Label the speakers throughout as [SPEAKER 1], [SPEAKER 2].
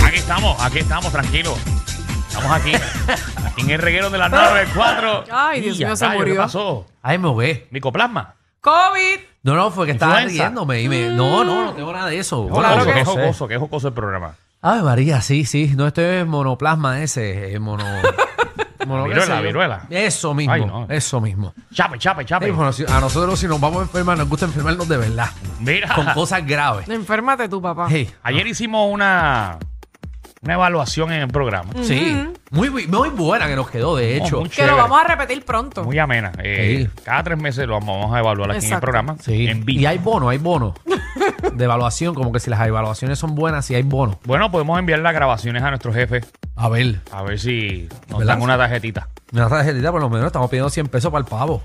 [SPEAKER 1] aquí estamos, aquí estamos, tranquilos. Estamos aquí. aquí en el reguero de la 94.
[SPEAKER 2] Ay, Dios
[SPEAKER 1] Ya,
[SPEAKER 2] mío, se
[SPEAKER 1] rayo,
[SPEAKER 2] murió.
[SPEAKER 1] ¿Qué pasó?
[SPEAKER 3] Ay, me ve.
[SPEAKER 1] Micoplasma.
[SPEAKER 2] COVID.
[SPEAKER 3] No, no, fue que estaba
[SPEAKER 1] Influenza.
[SPEAKER 3] riéndome y me. No, no, no tengo nada de eso.
[SPEAKER 1] Qué
[SPEAKER 2] Claro
[SPEAKER 1] jocoso,
[SPEAKER 2] que
[SPEAKER 1] qué
[SPEAKER 2] sí.
[SPEAKER 1] jocoso, qué jocoso el programa.
[SPEAKER 3] Ay, María, sí, sí. No, esto es monoplasma ese. Es mono. mono
[SPEAKER 1] Viruela,
[SPEAKER 3] qué sé yo.
[SPEAKER 1] viruela.
[SPEAKER 3] Eso mismo.
[SPEAKER 1] Ay, no.
[SPEAKER 3] Eso mismo.
[SPEAKER 1] Chape, chape, chape.
[SPEAKER 3] Ey, bueno, si- a nosotros, si nos vamos a enfermar, nos gusta enfermarnos de verdad.
[SPEAKER 1] Mira,
[SPEAKER 3] Con cosas graves.
[SPEAKER 2] Enférmate tú, papá.
[SPEAKER 3] Hey,
[SPEAKER 1] ayer hicimos una, una evaluación en el programa.
[SPEAKER 3] sí. Muy, bu- muy buena que nos quedó, de
[SPEAKER 1] Oh,
[SPEAKER 3] hecho.
[SPEAKER 1] muy
[SPEAKER 2] que
[SPEAKER 1] chévere.
[SPEAKER 2] lo vamos a repetir pronto.
[SPEAKER 1] Muy amena. Eh,
[SPEAKER 3] Sí.
[SPEAKER 1] Cada tres meses lo vamos vamos a evaluar aquí en el
[SPEAKER 2] Exacto.
[SPEAKER 1] programa.
[SPEAKER 3] sí.
[SPEAKER 1] En vivo.
[SPEAKER 3] Y hay bono, hay bono. De evaluación, como que si las evaluaciones son buenas, sí hay bono.
[SPEAKER 1] Bueno, podemos enviar las grabaciones a nuestro jefe
[SPEAKER 3] A ver.
[SPEAKER 1] a ver si nos
[SPEAKER 3] ¿Verdad?
[SPEAKER 1] dan una tarjetita.
[SPEAKER 3] Una tarjetita, por lo menos estamos pidiendo 100 pesos para el pavo.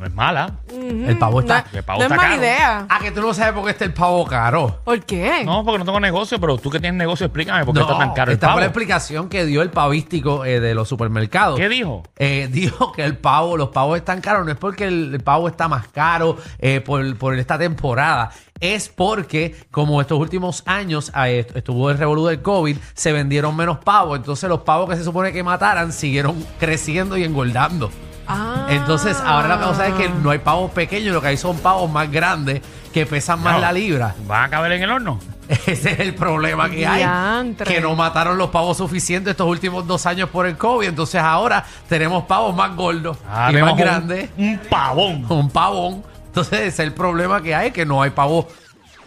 [SPEAKER 1] No es mala.
[SPEAKER 3] El pavo está.
[SPEAKER 1] El
[SPEAKER 2] No
[SPEAKER 1] pavo
[SPEAKER 2] es
[SPEAKER 1] está
[SPEAKER 2] mala
[SPEAKER 1] caro.
[SPEAKER 2] idea.
[SPEAKER 3] Ah, que tú no sabes por qué está el pavo caro.
[SPEAKER 2] ¿Por qué?
[SPEAKER 1] No, porque no tengo negocio, pero tú que tienes negocio, explícame por qué está tan caro el
[SPEAKER 3] esta fue la
[SPEAKER 1] pavo.
[SPEAKER 3] explicación que dio el pavístico eh, de los supermercados.
[SPEAKER 1] ¿Qué dijo?
[SPEAKER 3] Eh, dijo que el pavo, los pavos están caros, no es porque el, el pavo está más caro eh, por, por esta temporada, es porque como estos últimos años ah, est- estuvo el revolú del COVID, se vendieron menos pavos, entonces los pavos que se supone que mataran siguieron creciendo y engordando.
[SPEAKER 2] Ah.
[SPEAKER 3] Entonces ahora la cosa es que no hay pavos pequeños, lo que hay son pavos más grandes que pesan más
[SPEAKER 1] No.
[SPEAKER 3] la libra.
[SPEAKER 1] ¿Van a caber en el horno?
[SPEAKER 3] Ese es el problema que hay.
[SPEAKER 2] Diantre.
[SPEAKER 3] Que no mataron los pavos suficientes estos últimos dos años por el COVID. Entonces ahora tenemos pavos más gordos
[SPEAKER 1] Ah,
[SPEAKER 3] y más
[SPEAKER 1] tenemos un-
[SPEAKER 3] grandes.
[SPEAKER 1] Un, pavón.
[SPEAKER 3] Un pavón. Entonces ese es el problema que hay, que no hay pavos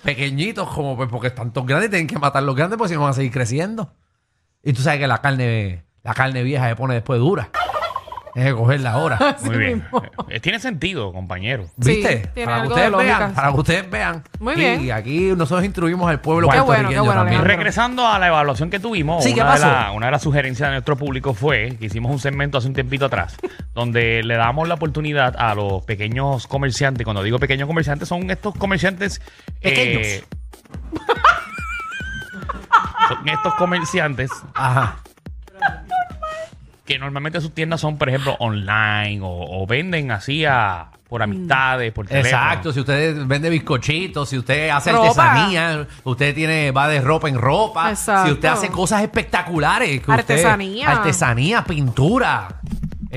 [SPEAKER 3] pequeñitos como pues porque están tan grandes y tienen que matar los grandes porque si no van a seguir creciendo. Y tú sabes que la carne, la carne vieja se pone después dura. Es de cogerla ahora.
[SPEAKER 1] Muy bien. Eh, Tiene sentido, compañero.
[SPEAKER 2] Sí,
[SPEAKER 3] ¿Viste?
[SPEAKER 2] tiene
[SPEAKER 3] para que
[SPEAKER 2] algo de
[SPEAKER 3] ustedes vean,
[SPEAKER 2] lógica,
[SPEAKER 3] para
[SPEAKER 2] sí.
[SPEAKER 3] que ustedes vean.
[SPEAKER 2] Muy
[SPEAKER 3] Y
[SPEAKER 2] bien.
[SPEAKER 3] aquí nosotros instruimos al pueblo
[SPEAKER 2] Qué bueno, qué
[SPEAKER 3] puertorriqueño
[SPEAKER 2] bueno,
[SPEAKER 3] también.
[SPEAKER 2] Alejandro.
[SPEAKER 1] Regresando a la evaluación que tuvimos,
[SPEAKER 3] Sí, ¿qué
[SPEAKER 1] una, de
[SPEAKER 3] pasó?
[SPEAKER 1] la- una de las sugerencias de nuestro público fue que hicimos un segmento hace un tiempito atrás, donde le damos la oportunidad a los pequeños comerciantes. Cuando digo pequeños comerciantes, son estos comerciantes
[SPEAKER 3] Pequeños.
[SPEAKER 1] eh, son estos comerciantes
[SPEAKER 3] Ajá.
[SPEAKER 1] que normalmente sus tiendas son, por ejemplo, online o, o venden así a, por amistades, por teléfono.
[SPEAKER 3] Exacto, si usted vende bizcochitos, si usted hace
[SPEAKER 2] Ropa.
[SPEAKER 3] artesanía, usted tiene va de ropa en ropa,
[SPEAKER 2] Exacto.
[SPEAKER 3] si usted hace cosas espectaculares, que usted-
[SPEAKER 2] Artesanía.
[SPEAKER 3] artesanía, pintura,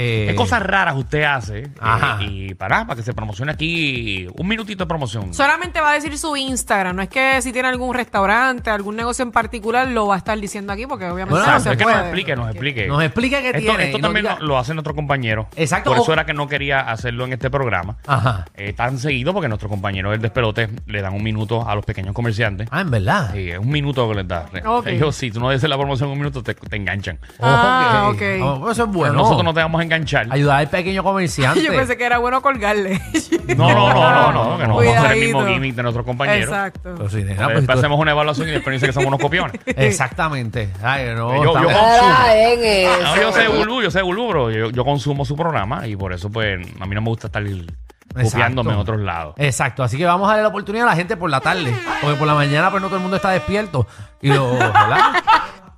[SPEAKER 3] eh,
[SPEAKER 1] ¿Qué cosas raras usted hace? eh,
[SPEAKER 3] Ajá.
[SPEAKER 1] y para, para que se promocione aquí un minutito de promoción.
[SPEAKER 2] Solamente va a decir su Instagram. No es que si tiene algún restaurante, algún negocio en particular, lo va a estar diciendo aquí porque obviamente
[SPEAKER 3] Bueno,
[SPEAKER 2] no
[SPEAKER 1] Exacto,
[SPEAKER 2] se
[SPEAKER 1] es que
[SPEAKER 2] puede.
[SPEAKER 1] nos explique, nos explique.
[SPEAKER 3] Nos explica qué
[SPEAKER 1] esto,
[SPEAKER 3] tiene.
[SPEAKER 1] esto
[SPEAKER 3] y no
[SPEAKER 1] también
[SPEAKER 3] diga-
[SPEAKER 1] lo, lo hace nuestro compañero.
[SPEAKER 3] Exacto,
[SPEAKER 1] Por eso
[SPEAKER 3] o-
[SPEAKER 1] era que no quería hacerlo en este programa.
[SPEAKER 3] Ajá.
[SPEAKER 1] eh, tan seguido, porque nuestros compañeros del despelote le dan un minuto a los pequeños comerciantes.
[SPEAKER 3] Ah, en verdad.
[SPEAKER 1] Sí, es un minuto que les da.
[SPEAKER 2] Ok.
[SPEAKER 1] Ellos, si tú no dices la promoción en un minuto, te, te enganchan.
[SPEAKER 2] Ah,
[SPEAKER 3] Ojo que-
[SPEAKER 2] ok.
[SPEAKER 3] oh, pues eso es
[SPEAKER 1] Pero
[SPEAKER 3] Oh, bueno.
[SPEAKER 1] nosotros no te vamos a enganchar.
[SPEAKER 3] Ayudar al pequeño comerciante.
[SPEAKER 2] Yo pensé que era bueno colgarle.
[SPEAKER 1] No, no, no, no, no, que no vamos a hacer el mismo
[SPEAKER 2] Cuidadito.
[SPEAKER 1] gimmick de nuestros compañeros.
[SPEAKER 2] Exacto.
[SPEAKER 3] Pero si nena,
[SPEAKER 1] Después
[SPEAKER 3] pues, tú-
[SPEAKER 1] hacemos una evaluación y después dicen que somos unos copiones.
[SPEAKER 3] Exactamente. Ay, no,
[SPEAKER 1] Yo- yo-
[SPEAKER 3] estamos-
[SPEAKER 4] Ah, en
[SPEAKER 1] No,
[SPEAKER 4] eso.
[SPEAKER 1] yo sé Bulú, yo sé Bulú, bro. Yo, yo consumo su programa y por eso, pues, a mí no me gusta estar copiándome en otros lados.
[SPEAKER 3] Exacto, así que vamos a darle la oportunidad a la gente por la tarde, porque por la mañana pues no todo el mundo está despierto y lo, ¿verdad?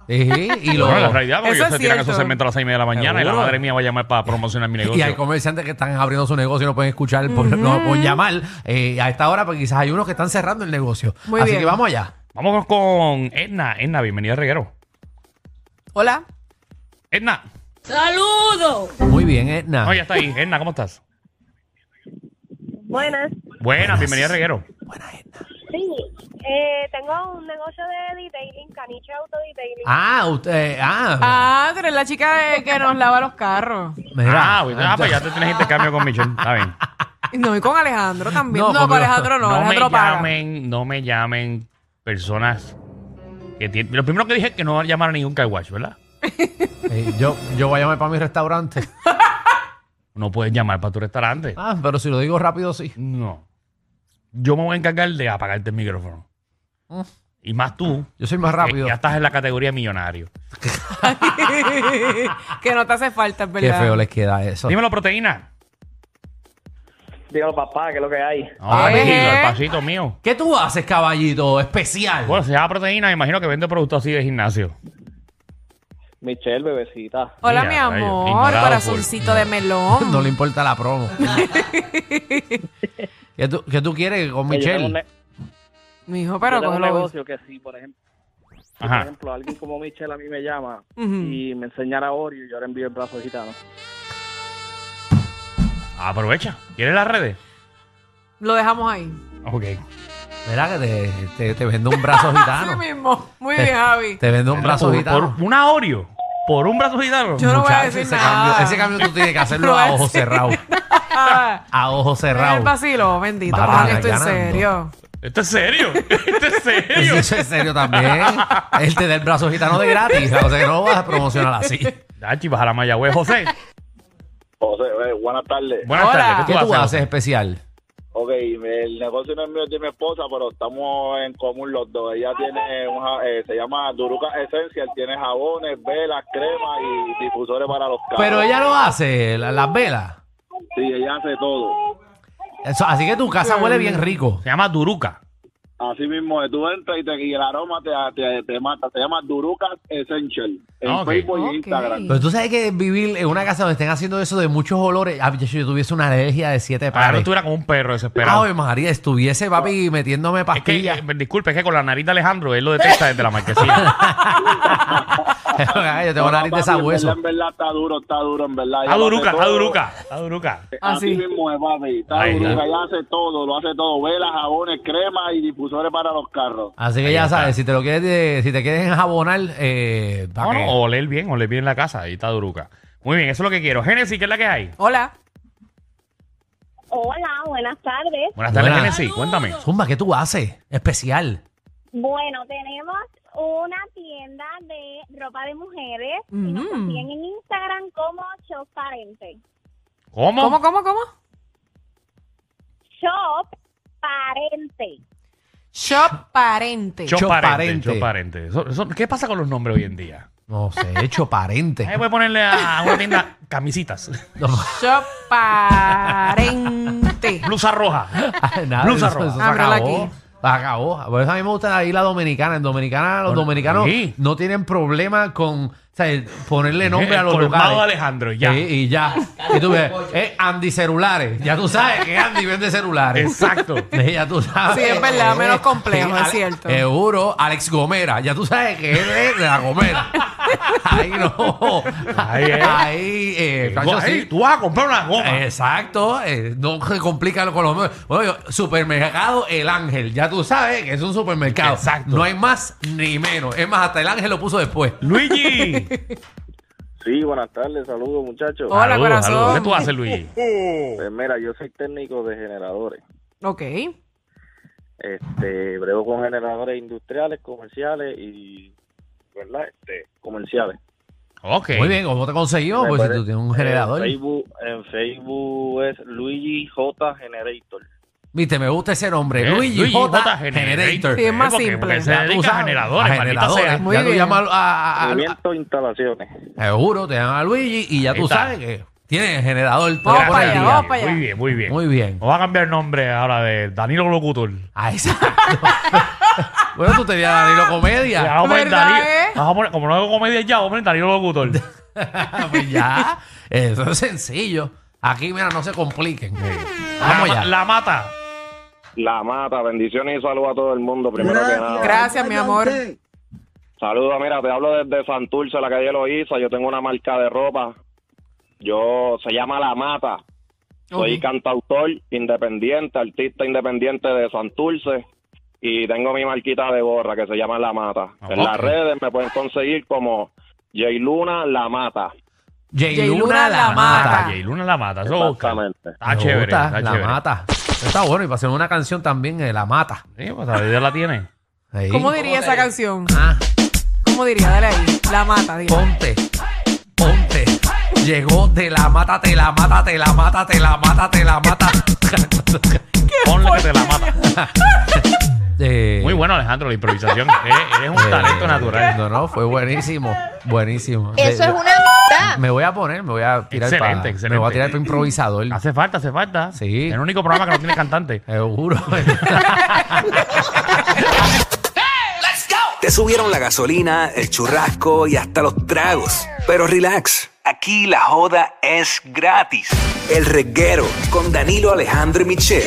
[SPEAKER 3] Sí, y lo
[SPEAKER 1] Bueno, en la realidad, porque
[SPEAKER 2] Eso
[SPEAKER 1] ellos
[SPEAKER 2] es
[SPEAKER 1] se tiran
[SPEAKER 2] cierto.
[SPEAKER 1] esos segmentos a las 6 y media de la mañana y la
[SPEAKER 3] Seguro.
[SPEAKER 1] madre mía va a llamar para promocionar mi
[SPEAKER 3] y hay
[SPEAKER 1] negocio.
[SPEAKER 3] comerciantes que están abriendo su negocio y no pueden escuchar, por- no pueden llamar eh, a esta hora, porque quizás hay unos que están cerrando el negocio.
[SPEAKER 2] Muy
[SPEAKER 3] así
[SPEAKER 2] bien.
[SPEAKER 3] que vamos allá.
[SPEAKER 1] Vamos con Edna. Edna, bienvenida al reguero.
[SPEAKER 2] Hola.
[SPEAKER 1] Edna.
[SPEAKER 4] Saludos.
[SPEAKER 3] Muy bien, Edna.
[SPEAKER 1] No, ya está ahí. Edna, ¿cómo estás?
[SPEAKER 5] Buenas.
[SPEAKER 1] Buena, bienvenida al reguero.
[SPEAKER 3] Buena, Edna.
[SPEAKER 5] Sí, eh, tengo un negocio de detailing, caniche auto detailing.
[SPEAKER 3] Ah, usted, ah,
[SPEAKER 2] Ah, tú eres la chica de- que nos lava los carros.
[SPEAKER 3] mira.
[SPEAKER 1] ah, pues, ah, pues ya te tienes intercambio con Michelle. Está bien.
[SPEAKER 2] No, y con Alejandro también.
[SPEAKER 3] No,
[SPEAKER 2] No, con
[SPEAKER 3] conmigo.
[SPEAKER 2] Alejandro no.
[SPEAKER 1] No me
[SPEAKER 2] Alejandro paga.
[SPEAKER 1] llamen, no me llamen personas que tienen... Lo primero que dije es que no van a llamar a ningún Kaiwash, ¿verdad?
[SPEAKER 3] Eh, yo, yo voy a llamar para mi restaurante.
[SPEAKER 1] No puedes llamar para tu restaurante.
[SPEAKER 3] Ah, pero si lo digo rápido, sí.
[SPEAKER 1] No. Yo me voy a encargar de apagarte el micrófono. Y más tú,
[SPEAKER 3] Yo soy más
[SPEAKER 1] que
[SPEAKER 3] rápido.
[SPEAKER 1] ya estás en la categoría millonario.
[SPEAKER 2] que no te hace falta, es
[SPEAKER 3] Qué
[SPEAKER 2] verdad.
[SPEAKER 3] feo les queda eso.
[SPEAKER 1] Dímelo, proteína.
[SPEAKER 6] Dígalo, papá, que es lo que hay.
[SPEAKER 1] Ah,
[SPEAKER 2] Ay.
[SPEAKER 1] Vigilo, el pasito mío.
[SPEAKER 3] ¿Qué tú haces, caballito? Especial.
[SPEAKER 1] Bueno, si se llama proteína, me imagino que vende productos así de gimnasio.
[SPEAKER 6] Michelle, bebecita.
[SPEAKER 2] Hola,
[SPEAKER 1] Mira, rayos,
[SPEAKER 2] mi amor.
[SPEAKER 1] ignorado
[SPEAKER 2] Corazoncito de melón.
[SPEAKER 3] No le importa la promo. ¿Qué, tú, qué tú quieres con
[SPEAKER 6] Oye, yo tengo
[SPEAKER 3] Michelle?
[SPEAKER 6] un ne-
[SPEAKER 2] Mijo,
[SPEAKER 6] yo
[SPEAKER 2] pero
[SPEAKER 6] tengo un
[SPEAKER 2] cógelo.
[SPEAKER 6] negocio que sí, por ejemplo. Si,
[SPEAKER 1] Ajá.
[SPEAKER 6] Por ejemplo, alguien como Michelle a mí me llama
[SPEAKER 2] Ujú.
[SPEAKER 6] y me enseñara Oreo, yo le envío el brazo gitano.
[SPEAKER 1] Aprovecha. ¿Quieres las redes?
[SPEAKER 2] Lo dejamos ahí.
[SPEAKER 1] Ok.
[SPEAKER 3] Verá que te, te, te vendo un brazo
[SPEAKER 2] Así
[SPEAKER 3] gitano.
[SPEAKER 2] mismo. Muy
[SPEAKER 3] Ah, Te,
[SPEAKER 2] bien, Javi.
[SPEAKER 3] te vendo un brazo
[SPEAKER 1] por,
[SPEAKER 3] gitano.
[SPEAKER 1] por una Oreo. Por un brazo gitano.
[SPEAKER 2] Yo no voy a
[SPEAKER 3] Muchacho,
[SPEAKER 2] decir
[SPEAKER 3] ese
[SPEAKER 2] nada.
[SPEAKER 3] Cambio, ese cambio tú tienes que hacerlo
[SPEAKER 2] No voy
[SPEAKER 3] a
[SPEAKER 2] a
[SPEAKER 3] ojo
[SPEAKER 2] decir
[SPEAKER 3] cerrado.
[SPEAKER 2] Ah,
[SPEAKER 3] A ojo
[SPEAKER 2] el
[SPEAKER 3] cerrado.
[SPEAKER 2] vacilo, bendito.
[SPEAKER 3] Vas a
[SPEAKER 2] Porque
[SPEAKER 3] ganar
[SPEAKER 2] esto en
[SPEAKER 3] ganando.
[SPEAKER 2] serio.
[SPEAKER 1] ¿Esto es serio? ¿Esto es serio?
[SPEAKER 3] Eso es en serio también. Él te da el brazo gitano de gratis. O sea que no lo vas a promocionar así. ¿Qué
[SPEAKER 1] Dachi, baja la Mayagüez. José,
[SPEAKER 7] José, eh, buenas tardes.
[SPEAKER 1] buenas
[SPEAKER 2] Hola.
[SPEAKER 1] tardes. ¿Qué tú,
[SPEAKER 3] tú haces
[SPEAKER 1] haces?
[SPEAKER 3] especial?
[SPEAKER 7] Ok, el negocio no es mío, es de mi esposa, pero estamos en común los dos. Ella tiene, un ja- eh, se llama Duruca Essential, tiene jabones, velas, cremas y difusores para los carros.
[SPEAKER 3] Pero ella lo hace, la- las velas.
[SPEAKER 7] Sí, ella hace todo.
[SPEAKER 3] Eso, así que tu casa huele bien rico.
[SPEAKER 1] Se llama Duruca.
[SPEAKER 7] Así mismo, eh, tú entras y, te, y el aroma te, te, te mata. Se llama Duruca Essential en
[SPEAKER 1] Ah, ok.
[SPEAKER 7] Facebook y
[SPEAKER 2] Ok.
[SPEAKER 7] Instagram.
[SPEAKER 3] Pero tú sabes que vivir en una casa donde estén haciendo eso de muchos olores. Ah, yo, yo tuviese una alergia de siete
[SPEAKER 1] Ahora
[SPEAKER 3] pares.
[SPEAKER 1] estuviera como un perro desesperado.
[SPEAKER 3] Ave María, estuviese papi metiéndome
[SPEAKER 1] es que,
[SPEAKER 3] pastillas.
[SPEAKER 1] eh, disculpe, es que con la nariz de Alejandro él lo detesta desde la marquesina.
[SPEAKER 3] Ay, yo tengo
[SPEAKER 7] No, no,
[SPEAKER 3] nariz de
[SPEAKER 7] papi, en verdad,
[SPEAKER 3] sabueso.
[SPEAKER 7] En verdad está duro, está duro, en verdad. Ella
[SPEAKER 1] Está
[SPEAKER 7] lo hace
[SPEAKER 1] Ah, Duruca, está
[SPEAKER 7] todo.
[SPEAKER 1] Duruca, está Duruca.
[SPEAKER 2] Así.
[SPEAKER 7] Así mismo es, papi. Está
[SPEAKER 1] Ahí
[SPEAKER 7] Duruca,
[SPEAKER 1] está.
[SPEAKER 7] ella hace todo, lo hace todo. Velas, jabones, cremas y difusores para los carros.
[SPEAKER 3] Así que
[SPEAKER 1] Ahí
[SPEAKER 3] ya
[SPEAKER 1] está.
[SPEAKER 3] sabes, si te lo quieres, de- si te quieres enjabonar, eh, pa'
[SPEAKER 1] No,
[SPEAKER 3] que-
[SPEAKER 1] Ah, no, o oler bien, oler bien en la casa. Ahí está Duruca. Muy bien, eso es lo que quiero. Genesis, ¿qué es la que hay?
[SPEAKER 2] Hola.
[SPEAKER 5] Hola, buenas tardes.
[SPEAKER 1] Buenas tardes,
[SPEAKER 3] Buenas.
[SPEAKER 1] Genesis. Cuéntame.
[SPEAKER 3] Zumba, ¿qué tú haces? Especial.
[SPEAKER 5] Bueno, tenemos una tienda de ropa de mujeres y nos
[SPEAKER 2] Mm.
[SPEAKER 5] consiguen en Instagram como Shop Parente.
[SPEAKER 1] ¿Cómo?
[SPEAKER 2] ¿Cómo, cómo, cómo?
[SPEAKER 5] Shop Parente.
[SPEAKER 2] Shop parente.
[SPEAKER 1] Cho
[SPEAKER 3] Choparente.
[SPEAKER 1] parente. Choparente. Eso- eso- ¿Qué pasa con los nombres hoy en día?
[SPEAKER 3] No sé, hecho parente.
[SPEAKER 1] Ahí voy a ponerle a una tienda camisitas,
[SPEAKER 3] No,
[SPEAKER 2] Shop parente.
[SPEAKER 1] blusa roja.
[SPEAKER 3] nada,
[SPEAKER 1] Blusa
[SPEAKER 3] eso-
[SPEAKER 1] roja.
[SPEAKER 3] eso se
[SPEAKER 2] Ábrela
[SPEAKER 3] acabó.
[SPEAKER 2] aquí.
[SPEAKER 3] Se acabó. Por eso a mí me gusta ahí la dominicana. En dominicana, los
[SPEAKER 1] Bueno,
[SPEAKER 3] dominicanos
[SPEAKER 1] sí.
[SPEAKER 3] no tienen problema con o sea, ponerle nombre a los
[SPEAKER 1] Colmado
[SPEAKER 3] lugares.
[SPEAKER 1] Alejandro, ya.
[SPEAKER 3] Sí, Y, ya. Y tú ves, eh, Andy celulares. Ya tú sabes que Andy vende celulares.
[SPEAKER 1] Exacto.
[SPEAKER 3] Sí, ya tú sabes.
[SPEAKER 2] Sí, es verdad, menos complejo,
[SPEAKER 3] Ale-
[SPEAKER 2] es cierto.
[SPEAKER 3] Seguro, Alex Gomera. Ya tú sabes que él es de la Gomera. Ahí no.
[SPEAKER 1] Ahí es.
[SPEAKER 3] Ahí, eh,
[SPEAKER 1] Tú-
[SPEAKER 3] Pancho,
[SPEAKER 1] ahí,
[SPEAKER 3] sí.
[SPEAKER 1] tú vas a comprar una goma.
[SPEAKER 3] Exacto, eh, no se complica lo- con los nombres. Bueno, yo, supermercado El Ángel, ya tú sabes que es un supermercado.
[SPEAKER 1] Exacto.
[SPEAKER 3] No hay más ni menos. Es más, hasta El Ángel lo puso después.
[SPEAKER 1] Luigi.
[SPEAKER 6] Sí, buenas tardes, saludos muchachos.
[SPEAKER 2] Hola,
[SPEAKER 1] Saludos,
[SPEAKER 2] corazón.
[SPEAKER 1] saludos. ¿Qué tú haces, Luigi?
[SPEAKER 6] Pues mira, yo soy técnico de generadores.
[SPEAKER 2] Ok.
[SPEAKER 6] Este, brego con generadores industriales, comerciales y, ¿verdad? Este, comerciales.
[SPEAKER 1] Ok.
[SPEAKER 3] Muy bien, ¿cómo te conseguimos?
[SPEAKER 6] Me
[SPEAKER 3] Pues si
[SPEAKER 6] parece-
[SPEAKER 3] tú tienes un generador.
[SPEAKER 6] En
[SPEAKER 7] Eh,
[SPEAKER 6] Facebook, en Facebook es Luigi J Generator.
[SPEAKER 3] Viste, me gusta ese nombre.
[SPEAKER 1] Eh,
[SPEAKER 3] Luigi,
[SPEAKER 1] Luigi
[SPEAKER 3] J.
[SPEAKER 1] J.
[SPEAKER 3] Generator.
[SPEAKER 2] Sí, es más
[SPEAKER 1] porque-
[SPEAKER 2] simple.
[SPEAKER 1] porque se
[SPEAKER 3] Ya tú
[SPEAKER 1] dedica a
[SPEAKER 3] sabes,
[SPEAKER 1] generadores,
[SPEAKER 3] a
[SPEAKER 1] maldita sea.
[SPEAKER 3] generadores.
[SPEAKER 2] Muy
[SPEAKER 3] ya tú
[SPEAKER 2] bien.
[SPEAKER 3] llamas a- a- a-
[SPEAKER 6] Movimiento e instalaciones.
[SPEAKER 3] Seguro, te llaman a Luigi y ya
[SPEAKER 1] Ahí
[SPEAKER 3] tú
[SPEAKER 1] está.
[SPEAKER 3] sabes que tiene generador. te
[SPEAKER 2] Vamos
[SPEAKER 3] lo
[SPEAKER 1] Gracias,
[SPEAKER 3] pones
[SPEAKER 2] para allá,
[SPEAKER 3] al
[SPEAKER 1] Luigi.
[SPEAKER 3] día.
[SPEAKER 2] vamos para allá.
[SPEAKER 1] Muy bien, muy bien.
[SPEAKER 3] Muy bien.
[SPEAKER 1] Vamos a cambiar el nombre ahora de Danilo Locutor.
[SPEAKER 3] Ah, exacto. bueno, tú tenías Danilo Comedia.
[SPEAKER 1] Ya, vamos a poner
[SPEAKER 2] ¿Verdad,
[SPEAKER 1] Danilo.
[SPEAKER 2] eh?
[SPEAKER 1] Vamos a poner- como no hago comedia ya, vamos a poner Danilo Locutor.
[SPEAKER 3] pues ya, eso es sencillo. Aquí, mira, no se compliquen.
[SPEAKER 1] La,
[SPEAKER 3] Vamos
[SPEAKER 1] ma-
[SPEAKER 3] ya.
[SPEAKER 1] la mata.
[SPEAKER 7] La mata, bendiciones y saludos a todo el mundo, primero que nada.
[SPEAKER 2] Gracias, mi amor.
[SPEAKER 7] Saludos, mira, te hablo desde Santurce, la calle Loíza. Yo tengo una marca de ropa. Yo, se llama La Mata. Soy
[SPEAKER 2] Ok.
[SPEAKER 7] cantautor independiente, artista independiente de Santurce. Y tengo mi marquita de gorra que se llama La Mata.
[SPEAKER 1] Ah,
[SPEAKER 7] En las
[SPEAKER 1] ok.
[SPEAKER 7] redes me pueden conseguir como J. Luna La Mata.
[SPEAKER 3] J.
[SPEAKER 2] J.
[SPEAKER 3] Luna la
[SPEAKER 1] Mata.
[SPEAKER 3] mata.
[SPEAKER 1] J. Luna la mata. Eso busca.
[SPEAKER 7] Exactamente.
[SPEAKER 1] Ah, Está
[SPEAKER 3] Me
[SPEAKER 1] chévere.
[SPEAKER 3] gusta,
[SPEAKER 1] Está
[SPEAKER 3] la
[SPEAKER 1] chévere.
[SPEAKER 3] mata. Está bueno, y para hacer una canción también, eh, la mata.
[SPEAKER 1] Sí, pues la idea la tiene.
[SPEAKER 3] Ahí.
[SPEAKER 2] ¿Cómo diría esa canción?
[SPEAKER 3] Ah,
[SPEAKER 2] ¿Cómo diría? Dale ahí. La mata, dile.
[SPEAKER 3] ponte, ponte. Llegó, te la mata, te la mata, te la mata, te la mata, te la mata.
[SPEAKER 1] Ponle que te la mata.
[SPEAKER 3] Eh,
[SPEAKER 1] Muy bueno, Alejandro, la improvisación. eres, eres un
[SPEAKER 3] eh,
[SPEAKER 1] talento natural.
[SPEAKER 3] No, no, fue buenísimo. Buenísimo.
[SPEAKER 4] Eso
[SPEAKER 3] De-
[SPEAKER 4] es una mierda.
[SPEAKER 3] Me voy a poner, me voy a tirar
[SPEAKER 1] Excelente,
[SPEAKER 3] para. Me voy a
[SPEAKER 1] excelente.
[SPEAKER 3] tirar para improvisador.
[SPEAKER 1] Hace falta, hace falta.
[SPEAKER 3] Sí.
[SPEAKER 1] Es el único programa que no tiene cantante.
[SPEAKER 3] Seguro.
[SPEAKER 8] Te subieron la gasolina, el churrasco y hasta los tragos. Pero relax, aquí la joda es gratis. El reguero con Danilo Alejandro y Michel,